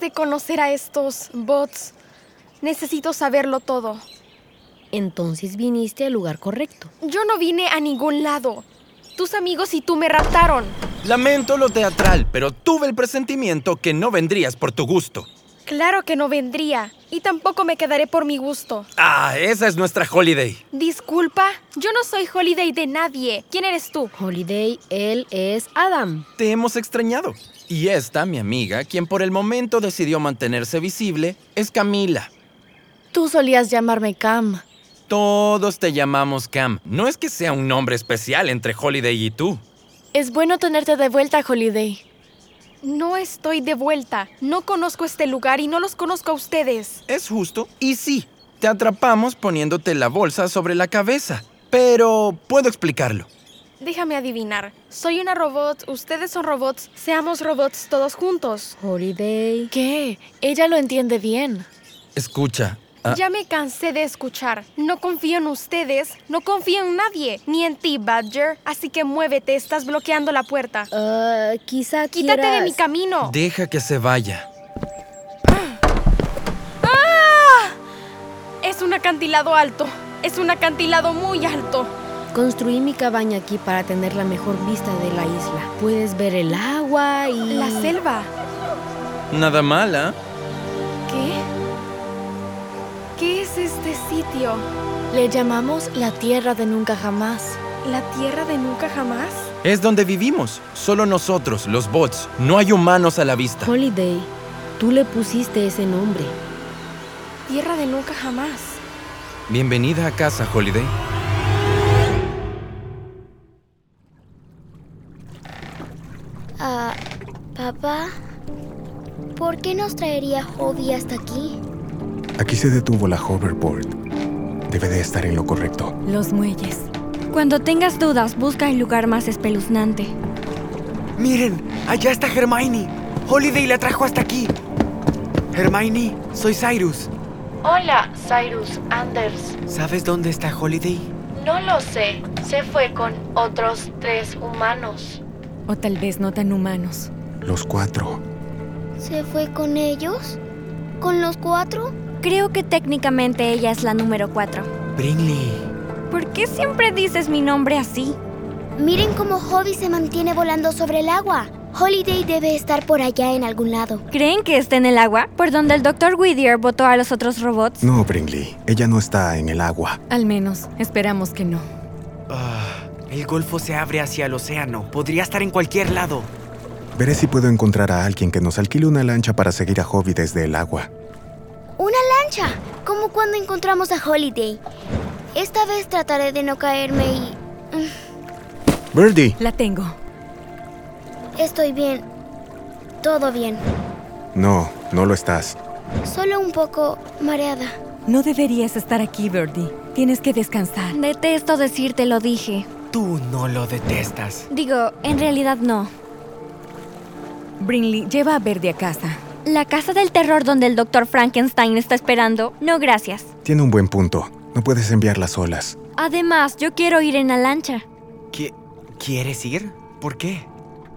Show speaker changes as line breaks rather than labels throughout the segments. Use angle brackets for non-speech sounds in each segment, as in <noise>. de conocer a estos bots. Necesito saberlo todo.
Entonces viniste al lugar correcto.
Yo no vine a ningún lado. Tus amigos y tú me raptaron.
Lamento lo teatral, pero tuve el presentimiento que no vendrías por tu gusto.
Claro que no vendría. Y tampoco me quedaré por mi gusto.
Ah, esa es nuestra holiday.
Disculpa, yo no soy Holiday de nadie. ¿Quién eres tú?
Holiday, él es Adam.
Te hemos extrañado. Y esta, mi amiga, quien por el momento decidió mantenerse visible, es Camila.
Tú solías llamarme Cam.
Todos te llamamos Cam. No es que sea un nombre especial entre Holiday y tú.
Es bueno tenerte de vuelta, Holiday.
No estoy de vuelta. No conozco este lugar y no los conozco a ustedes.
Es justo. Y sí, te atrapamos poniéndote la bolsa sobre la cabeza. Pero puedo explicarlo.
Déjame adivinar. Soy una robot, ustedes son robots, seamos robots todos juntos.
Holiday.
¿Qué? Ella lo entiende bien.
Escucha. ah,
Ya me cansé de escuchar. No confío en ustedes, no confío en nadie, ni en ti, Badger. Así que muévete, estás bloqueando la puerta.
Ah, quizá
Quítate de
quieras-
mi camino.
Deja que se vaya.
Es un acantilado alto. Es un acantilado muy alto.
Construí mi cabaña aquí para tener la mejor vista de la isla. Puedes ver el agua y...
La selva.
Nada ¿ah? mala.
¿Qué? ¿Qué es este sitio?
Le llamamos la tierra de nunca jamás.
¿La tierra de nunca jamás?
Es donde vivimos. Solo nosotros, los bots. No hay humanos a la vista.
Holiday. Tú le pusiste ese nombre.
Tierra de nunca jamás.
Bienvenida a casa, Holiday.
Ah, papá, ¿por qué nos traería Hobby hasta aquí?
Aquí se detuvo la hoverboard. Debe de estar en lo correcto.
Los muelles. Cuando tengas dudas, busca el lugar más espeluznante.
Miren, allá está Hermione. Holiday la trajo hasta aquí. Hermione, soy Cyrus.
Hola, Cyrus Anders.
¿Sabes dónde está Holiday?
No lo sé. Se fue con otros tres humanos.
O tal vez no tan humanos.
Los cuatro.
¿Se fue con ellos? ¿Con los cuatro?
Creo que técnicamente ella es la número 4.
Brinley.
¿Por qué siempre dices mi nombre así?
Miren cómo Hobby se mantiene volando sobre el agua. Holiday debe estar por allá en algún lado.
¿Creen que está en el agua? ¿Por donde el Dr. Whittier votó a los otros robots?
No, Brinley. Ella no está en el agua.
Al menos, esperamos que no.
Ah, el golfo se abre hacia el océano. Podría estar en cualquier lado.
Veré si puedo encontrar a alguien que nos alquile una lancha para seguir a Hobby desde el agua.
¡Una lancha! Como cuando encontramos a Holiday. Esta vez trataré de no caerme y... mm.
Birdie.
La tengo.
Estoy bien. Todo bien.
No, no lo estás.
Solo un poco mareada.
No deberías estar aquí, Birdie. Tienes que descansar.
Detesto decirte lo dije.
Tú no lo detestas.
Digo, en realidad no.
Brinley, lleva a Verde a casa.
La casa del terror donde el Dr. Frankenstein está esperando. No, gracias.
Tiene un buen punto. No puedes enviarla solas.
Además, yo quiero ir en la lancha.
¿Qui- ¿Quieres ir? ¿Por qué?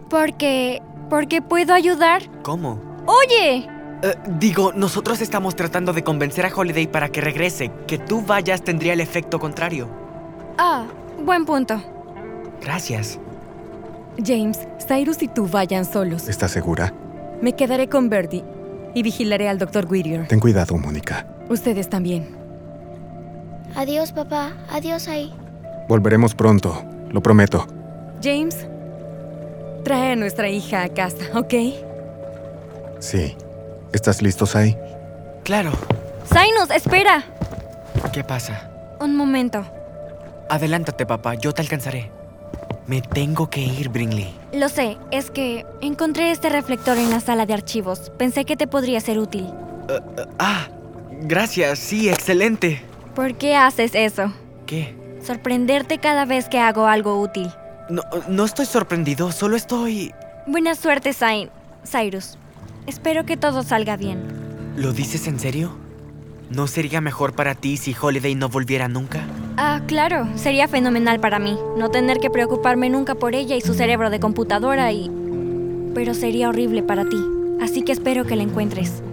Porque... porque puedo ayudar.
¿Cómo?
Oye,
Eh, digo, nosotros estamos tratando de convencer a Holiday para que regrese. Que tú vayas tendría el efecto contrario.
Ah, buen punto.
Gracias.
James, Cyrus y tú vayan solos.
¿Estás segura?
Me quedaré con Birdie y vigilaré al Dr. Whittier.
Ten cuidado, Mónica.
Ustedes también.
Adiós, papá. Adiós, ahí.
Volveremos pronto. Lo prometo.
James, trae a nuestra hija a casa, ¿ok?
Sí. ¿Estás listo, Sai?
Claro.
Sinus, espera.
¿Qué pasa?
Un momento.
Adelántate, papá. Yo te alcanzaré. Me tengo que ir, Brinley.
Lo sé, es que encontré este reflector en la sala de archivos. Pensé que te podría ser útil.
Ah, gracias, sí, excelente.
¿Por qué haces eso?
¿Qué?
Sorprenderte cada vez que hago algo útil.
No, no estoy sorprendido, solo estoy...
Buena suerte, Sain. Cyrus. Espero que todo salga bien.
¿Lo dices en serio? ¿No sería mejor para ti si Holiday no volviera nunca?
Ah, claro, sería fenomenal para mí. No tener que preocuparme nunca por ella y su cerebro de computadora y... Pero sería horrible para ti. así que espero que la encuentres.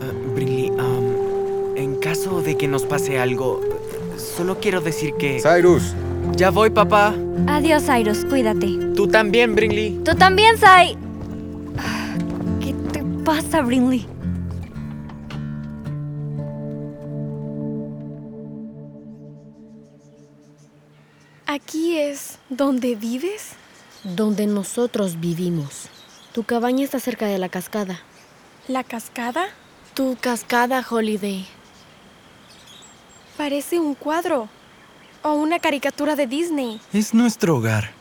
Ah, Brinley, am, en caso de que nos pase algo, solo quiero decir que...
Cyrus,
Ya voy, papá.
Adiós, Cyrus, cuídate.
Tú también, Brinley.
Tú también, Sai. Ah, ¿Qué te pasa, Brinley?
¿Aquí es donde vives?
Donde nosotros vivimos. Tu cabaña está cerca de la cascada.
¿La cascada?
Tu cascada, Holiday.
Parece un cuadro o una caricatura de Disney.
Es nuestro hogar.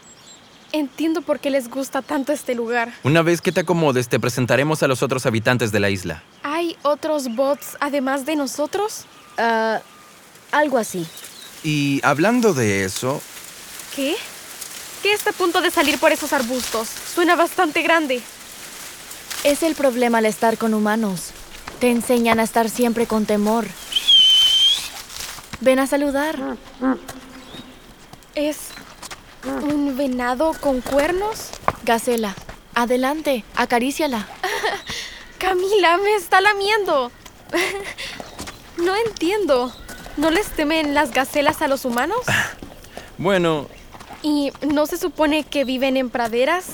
Entiendo por qué les gusta tanto este lugar.
Una vez que te acomodes, te presentaremos a los otros habitantes de la isla.
¿Hay otros bots además de nosotros?
Ah, algo así.
Y hablando de eso,
¿Qué? ¿Qué está a punto de salir por esos arbustos? Suena bastante grande.
Es el problema al estar con humanos. Te enseñan a estar siempre con temor. Ven a saludar.
¿Es un venado con cuernos?
Gacela, adelante, acaríciala.
Camila, me está lamiendo. <laughs> no entiendo. ¿No les temen las gacelas a los humanos?
bueno,
¿Y no se supone que viven en praderas?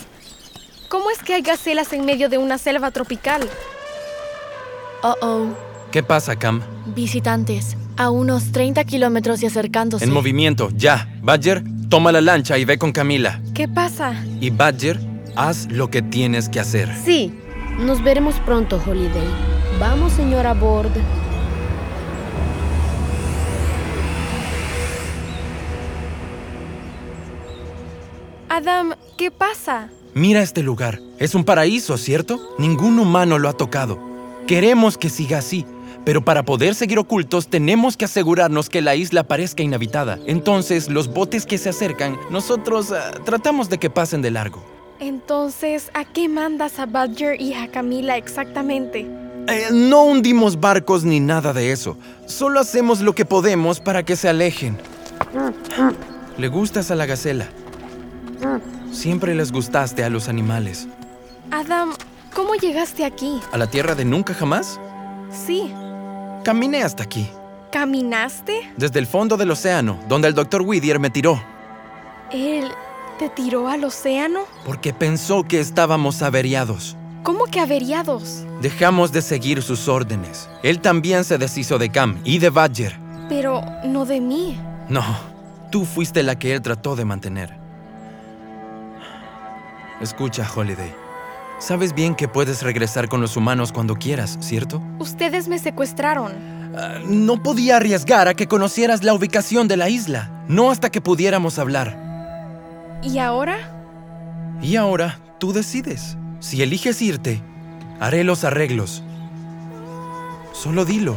¿Cómo es que hay gacelas en medio de una selva tropical?
Oh, oh.
¿qué pasa, Cam?
Visitantes, a unos 30 kilómetros y acercándose.
En movimiento, ya. Badger, toma la lancha y ve con Camila.
¿Qué pasa?
Y Badger, haz lo que tienes que hacer.
Sí, nos veremos pronto, Holiday. Vamos, señora Board.
Adam, ¿qué pasa?
Mira este lugar. Es un paraíso, ¿cierto? Ningún humano lo ha tocado. Queremos que siga así. Pero para poder seguir ocultos tenemos que asegurarnos que la isla parezca inhabitada. Entonces, los botes que se acercan, nosotros ah, tratamos de que pasen de largo.
Entonces, ¿a qué mandas a Badger y a Camila exactamente?
Eh, no hundimos barcos ni nada de eso. Solo hacemos lo que podemos para que se alejen. Le gustas a la gacela. Siempre les gustaste a los animales.
Adam, ¿cómo llegaste aquí?
¿A la tierra de nunca jamás?
Sí,
Caminé hasta aquí,
¿caminaste?
desde el fondo del océano, donde el doctor Whittier me tiró,
¿Él te tiró al océano?
porque pensó que estábamos averiados.
¿Cómo que averiados?
Dejamos de seguir sus órdenes. Él también se deshizo de Cam y de Badger.
Pero no de mí.
No, tú fuiste la que él trató de mantener. Escucha, Holiday. Sabes bien que puedes regresar con los humanos cuando quieras, ¿cierto?
Ustedes me secuestraron.
Ah, no podía arriesgar a que conocieras la ubicación de la isla, no hasta que pudiéramos hablar.
¿Y ahora?
Y ahora, tú decides. Si eliges irte, haré los arreglos. Solo dilo.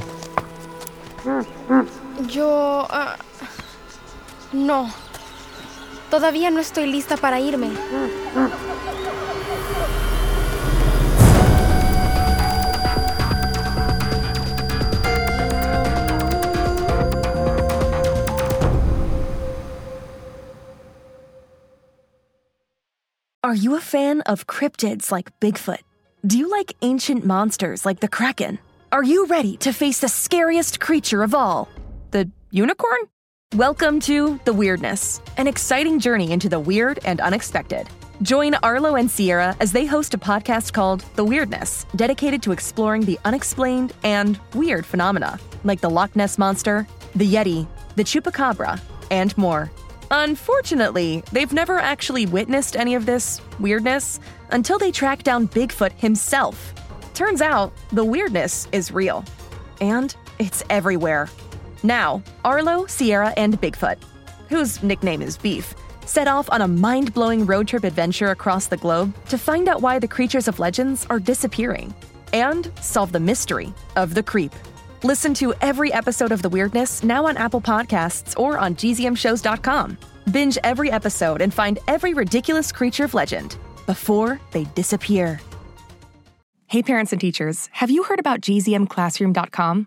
Yo... ah, no. Todavía no estoy lista para irme.
Are you a fan of cryptids like Bigfoot? Do you like ancient monsters like the Kraken? Are you ready to face the scariest creature of all, the unicorn? Welcome to The Weirdness, an exciting journey into the weird and unexpected. Join Arlo and Sierra as they host a podcast called The Weirdness, dedicated to exploring the unexplained and weird phenomena like the Loch Ness Monster, the Yeti, the Chupacabra, and more. Unfortunately, they've never actually witnessed any of this weirdness until they track down Bigfoot himself. Turns out, the weirdness is real. And it's everywhere. Now, Arlo, Sierra, and Bigfoot, whose nickname is Beef, set off on a mind blowing road trip adventure across the globe to find out why the creatures of legends are disappearing and solve the mystery of the creep. Listen to every episode of The Weirdness now on Apple Podcasts or on gzmshows.com. Binge every episode and find every ridiculous creature of legend before they disappear.
Hey, parents and teachers, have you heard about gzmclassroom.com?